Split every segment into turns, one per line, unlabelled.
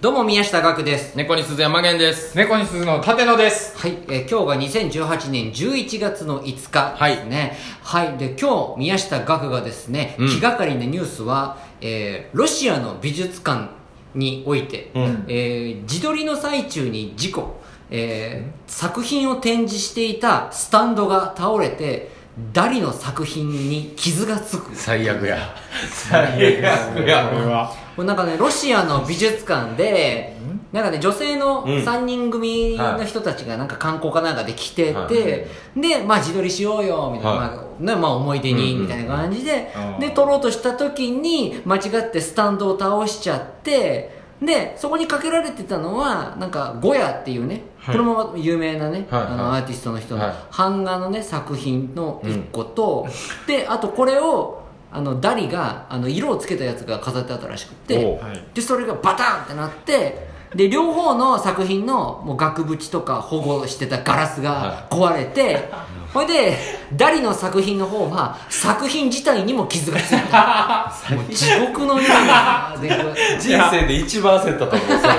どうも宮下岳です
猫に鈴山源です
猫に鈴の立野です
はい、えー今日が2018年11月の5日ですねはい、で今日宮下岳がですね、
うん
気がかりなニュースは、えーロシアの美術館において、
うん
えー自撮りの最中に事故、えー作品を展示していたスタンドが倒れてダリの作品に傷がつく
最悪や
最悪やこれは
もうなんかねロシアの美術館でなんかね女性の
うん
3人組の人たちがなんか観光かなんかで来てて、
はい
でまあ自撮りしようよみたいな、
はい
まあねまあ、思い出
うん
に
うん
みたいな感じで、
うん
で撮ろうとした時に間違ってスタンドを倒しちゃってでそこにかけられてたのはなんかゴヤっていうね、
はい
これも有名なね、
はい
あの
は
ア
い
ーティストの人の
はい
版画のね作品の1個と、であとこれをあのダリがあの色をつけたやつが飾ってあったらしくって
おう
はい
でそれがバタンってなってで両方の作品のもう額縁とか保護してたガラスが壊れて、ほいでダリの作品の方は作品自体にも傷がつい たもう地獄のようなで
人生で一番焦ったと思うその人た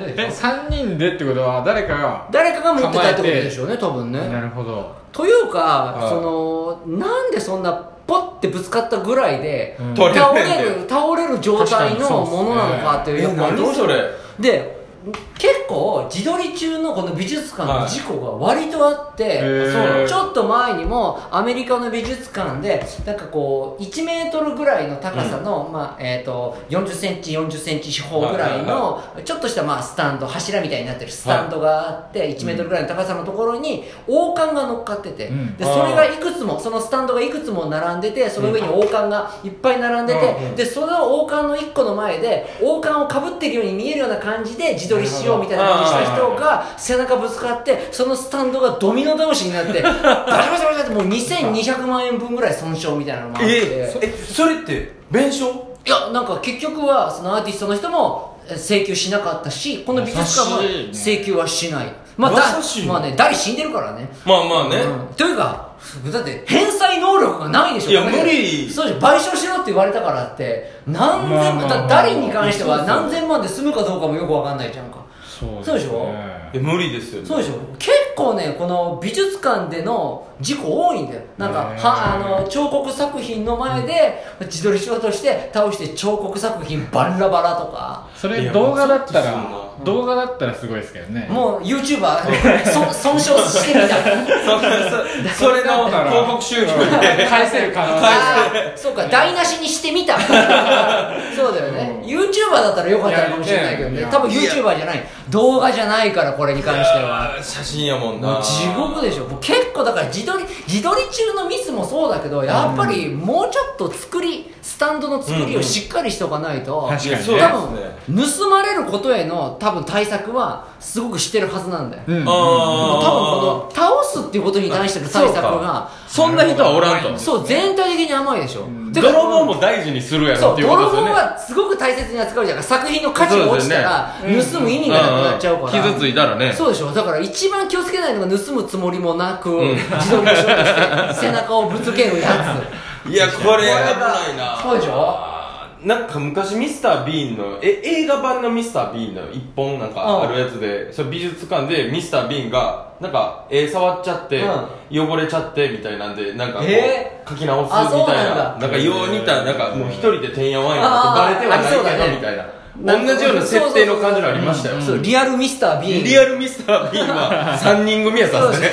え3人でってことは誰かが
誰かが持ってたってことでしょうね多分ね
なるほど
というか、
い
そのなんでそんなポッてぶつかったぐらいで、
うん
倒
取れ
れ
る
る倒れる状態のものなのかっていう
ち
やっ
え
ぱどう
何それ
で結構自撮り中のこの美術館の事故が割とあって、
ー
そうちょっと前にもアメリカの美術館でなんかこう1メートルぐらいの高さの、まあえー、と40センチ40センチ四方ぐらいのちょっとしたまあスタンド柱みたいになってるスタンドがあって、1メートルぐらいの高さのところに王冠が乗っかってて、
うん
で
あー
それがいくつもそのスタンドがいくつも並んでてその上に王冠がいっぱい並んでて、
うんうん
でその王冠の1個の前で王冠をかぶってるように見えるような感じで自撮りしようみたいな感じした人が背中ぶつかってそのスタンドがドミノ倒しになって バシャバシャバシャってもう2200万円分ぐらい損傷みたいなのもあっ
ち
て
えそえそれって弁償
いやなんか結局はそのアーティストの人もえ請求しなかったしこの美術館も
優しいね
請求はしないまあだ
優しいね
まあね誰死んでるからね
まあまあね、
うんというかだって返済能力がないでしょ
いや無理
そうじゃん賠償しろって言われたからって何千万、
まあまあまあ
だ誰に関しては
そうそう
何千万で済むかどうかもよくわかんないじゃんか
そう
そうでしょ
え無理ですよね
そうでしょ結構ねこの美術館での事故多いんだよなんか
ねえ
はあの彫刻作品の前で自撮りしようとして倒して彫刻作品バラバラとか
そ
い
れ
や
動画だった
も
ら
うちょっとすんな
動画だったらすごいですけどね
もう YouTuber そ損傷してみたいな
そそそれの広告収入で
返せる可能性
あーそうか台無しにしてみたそうだよね、YouTuber だったらよかったのかもしれないけど
いや
ね
いや
多分 YouTuber じゃない動画じゃないからこれに関しては
あー写真やもん
も
な
う地獄でしょもう結構だから自撮り自撮り中のミスもそうだけどやっぱりもうちょっと作りスタンドの作
うん
り
うん
をしっかりしておかないと、
確かにね
そう
多
ですね
分盗まれることへの多分対策はすごくしてるはずなんだよ、
うん
多分この
あ
倒すっていうことに対しての対策が
あそんな人はおらんと
そう全体的に甘いでしょ、
ん
てか
泥棒も大事にするやろ
そ
っ
う
ていうこと
泥
ですよ
棒
ね
はすごく大切に扱うじゃん作品の価値が落ちたら、
そうです
盗
よね
む意味がなくなっちゃうから、
うんうん傷ついたらね
そうでしょだから一番気をつけないのが盗むつもりもなく、
ん
自動にしようとして背中をぶつけるや
いやこれ危ないな
つそうでしょ
あーなんか昔ミスター・ビーンのえ映画版のミスター・ビーンの一本なんか
うん
あるやつでそれ美術館でミスター・ビーンがなんか絵触っちゃって、汚れちゃってみたいなんでなんかこう、
え
書き直すみ
あそう
たい
なんだ
ななんかよう似たなんかもう一人でてんやわんや
あー
ってバレては
ありそう
な
だ
いけ
ね
どみたいな 同じような設定の感じのありましたよ、
そうリアルミスター・ビーン
リアルミスター・ビーンは3人組やさすね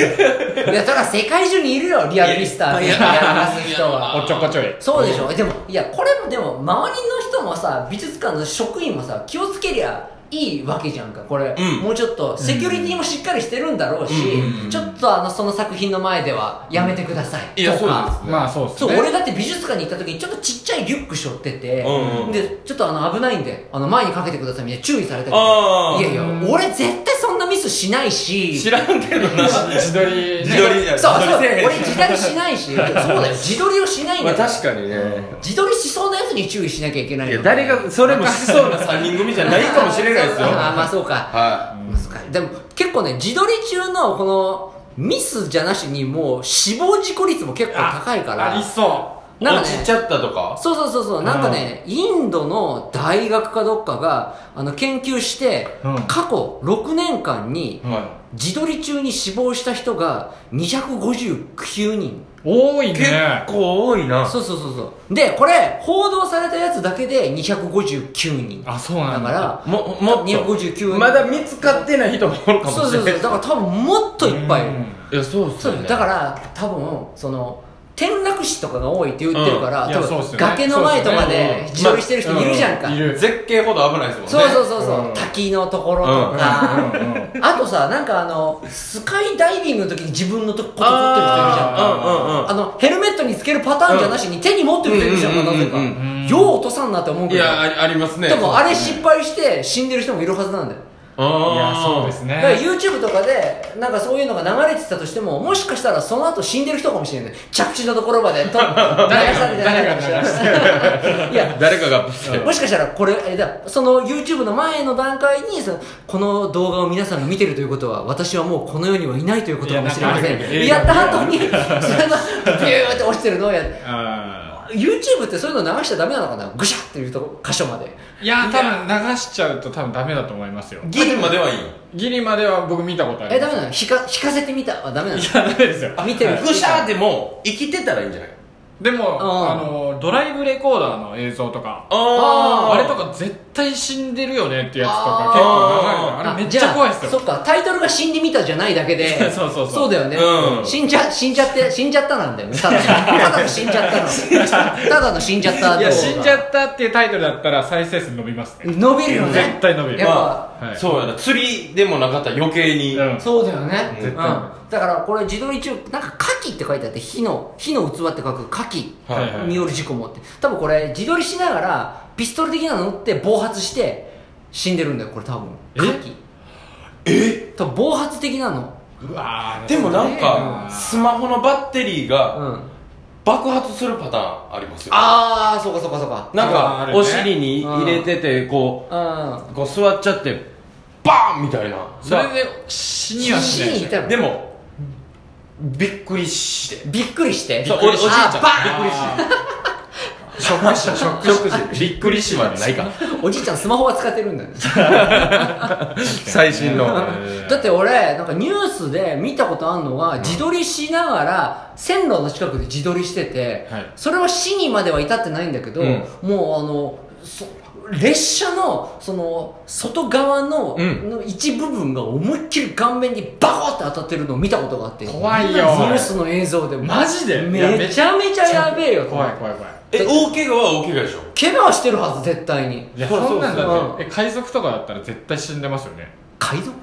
いやだから世界中にいるよリアルミスター・ビーンやらす人は
おっちょこちょい
そうでしょ、でもいやこれもでも周りの人もさ美術館の職員もさ気をつけりゃいいわけじゃんかこれ、
うん
もうちょっとセキュリティもしっかりしてるんだろうし、
うんうんうん
ちょっとあのその作品の前ではやめてください、
いや
と
そう
か
ですね
まあそうです
そう
ね
俺だって美術館に行った時にちょっとちっちゃいリュック背負ってて、
うんうん
でちょっとあの危ないんであの前にかけてくださいみたいな注意されたけ
あ
ど
ー
いやいや俺絶対そんなミスしないし
知らんけどな
自撮り
自撮りや
そう
自
そう
撮りせえへん
俺自撮りしないしそうだよ自撮りをしないんだ
まあ
よ、
確かにね、
自撮りしそうなやつに注意しなきゃいけない
い
の
や誰がそれもしそうな3人組じゃないかもしれないですよ
あーまあそうか、
は
難しいでも結構ね自撮り中のこのミスじゃなしにもう死亡事故率も結構高いから
ありそう
なん
落
かね
ちちゃったとか
そうそうそうそうなんかね、インドの大学かどっかがあの研究して、
うん
過去6年間に
は
自撮り中に死亡した人が259人
多い
い結
ね
構多いな
そうそうそうそうでこれ報道されたやつだけで259人
あそう
だ
なんだ
から
ももっと
259人
まだ見つかってない人もおるかもし
そ
れな
う
い
そうそうだから多分もっといっぱいいる
いやそうっす
そ
よ
うよ
ね
だから多分その転落死とかが多いって言ってるから、
うんい
多
や
分
そうっすよね
崖の前とか
そうっす
で
ね
自撮りしてる人いるじゃんか、
ういる
絶景ほど危ないですもんね
そうそうそうそう、
うん
滝のところと
うん
か、
うんうん
あとさなんかあのスカイダイビングの時に自分のとこと撮ってる人いるじゃん
あ
あ
あのヘルメットにつけるパターンじゃなしに手に持ってる人いるじゃん
う
か
ん
なぜ
う
か
んうん
うんうん
よう落とさんなって思う
い
けど
やあありますね
でもあれ失敗して死んでる人もいるはずなんだよ
あ
い
あ
やそうです
だから
ね
YouTube とかでなんかそういうのが流れてたとしてももしかしたらその後死んでる人かもしれない着地のところまでと流されてないかもしれ
誰が流
ないいや
誰かがブスで
もしかしたらこれえだその YouTube の前の段階にそのこの動画を皆さんが見てるということは私はもうこの世にはいないということかもしれません
いやなんか
やった後にそのビューって落ちてるのをやる
あ
YouTube ってそういうの流しちゃダメなのかなぐしゃっていうとこ箇所まで
ーいや多分流しちゃうと多分ダメだと思いますよ
ギリまではいい
ギリまでは僕見たことあ
え
りま
ダ
す
メなの引か引かせてみたはダメなの
いやダメですよ
見てる
ぐしゃーでも生きてたらいいんじゃない
でも
ん
あのドライブレコーダーの映像とか
あ
あ
あ
れと
か
か絶対死んでるよねってやつと
あー
か結構流れてるあれめっちゃ怖いっす
じゃあそ
よ
っかタイトルが死んでみたじゃないだけで
そうそうそう
だよね、
うん
死んじゃ死んじゃって死んじゃったなんだよねただのただの死んじゃったの ただの死んじゃった動画
いや死んじゃったっていうタイトルだったら再生数伸びますね
伸びるよね
絶対伸びる
やっぱ、
まあ
はい
そうやな釣りでもなかったら余計に
うん
そうだよね、
絶対
だからこれ自撮り中なんか牡蠣って書いてあって火の火の器って書く牡蠣
はい
はい
による事故もって多分これ自撮りしながらピストル的なの撃って暴発して死んでるんだよこれ多分
え
牡蠣
え
多分暴発的なの
うわー
でもなんか
うん
スマホのバッテリー
う
が
ん
爆発するパターンありますよ
ああそうかそうかそうか
なん
あーあ
か
るね
お尻に入れててこ
う
うこう座っちゃってバーンみたいな
それで死
ん
にはしない
死に至る
でもびっくりして
びっくりして
そうおおじいちゃん
あバーン
びっくりして
ショックしたショック
食事びっくりしはないか
おじいちゃんスマホは使ってるんだよ
最新の
だって俺なんかニュースで見たことあるのは自撮りしながら線路の近くで自撮りしてて、
はい
それは死にまでは至ってないんだけど、
うん
もうあのそ列車のその外側の,、
うん
の一部分が思いっきり顔面にバコって当たってるのを見たことがあって
怖いよ
ニュースの映像で
マジでいや
めちゃめちゃやべえよと思って
怖い怖い怖い
え大怪我は大怪我でしょ
怪我はしてるはず絶対に
いや
そうそう
そんなんだっ
そう
てえ海賊とかだったら絶対死んでますよね
海賊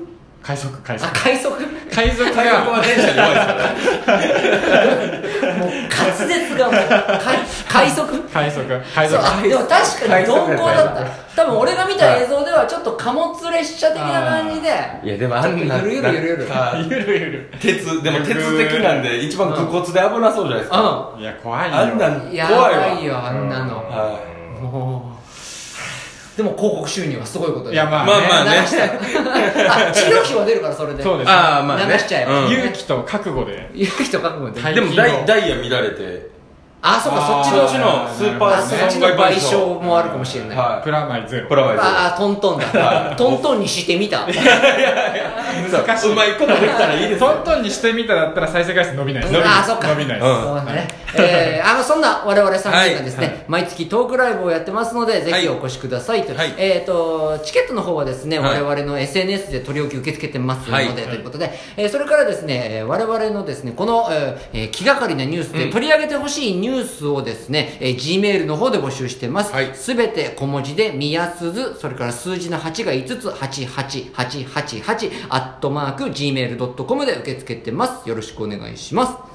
海賊海
あ
賊
海賊もう
海賊
体格は
が
電車に弱いですからね
滑舌がもう 海海賊
海賊海
そう
賊
あでも確かに鈍行だった多分俺が見た映像ではちょっと貨物列車的な感じで
いやでもあんな
ゆるゆるゆるゆる
なんか
ゆるゆる
鉄でも鉄的なんで一番武骨で危なそうじゃないですか
いや怖いよ
あんなん
う
怖
ん
い
や
わ
ばいよあんなの
は
もうでも広告収入はすごいことで
いやまあ
まあまあね
流 したあ治療費は出るからそれで
そう
い
です
ああまあね
流しちゃえば
うん
勇気と覚悟で
勇気と覚悟で、
はい
でもダイダイヤ乱れて
あそうかそっち
そ
の
っちのスーパ
あ
ー
そっち
損
の
害
賠
賠償
償もあるかもしれない、
は
プラマイゼロ
いプラマイ
ああトントンだトントンにしてみた
ゼロ
難しいう
まいことできたらいいです
トン
よ
トンにしてみただったら再生回数伸びないです
あーそっか
伸びないで
う
す
ん
そうだね。えー、あの、そんな我々3人がですね、
はい
毎月トークライブをやってますので、ぜ
は
ひ
い
お越しくださいと。
はい
えっ、と、チケットの方はですね、
はい
我々の SNS で取り置き受け付けてますので、
はい
ということで、えーそれからですね、えー我々のですね、この、えーえー気がかりなニュースで取り上げてほしいニュースをですね、えー Gmail の方で募集してます。
はい
すべて小文字で、みやすず、それから数字の8が5つ、88888、アットマーク、gmail.com で受け付けてます。よろしくお願いします。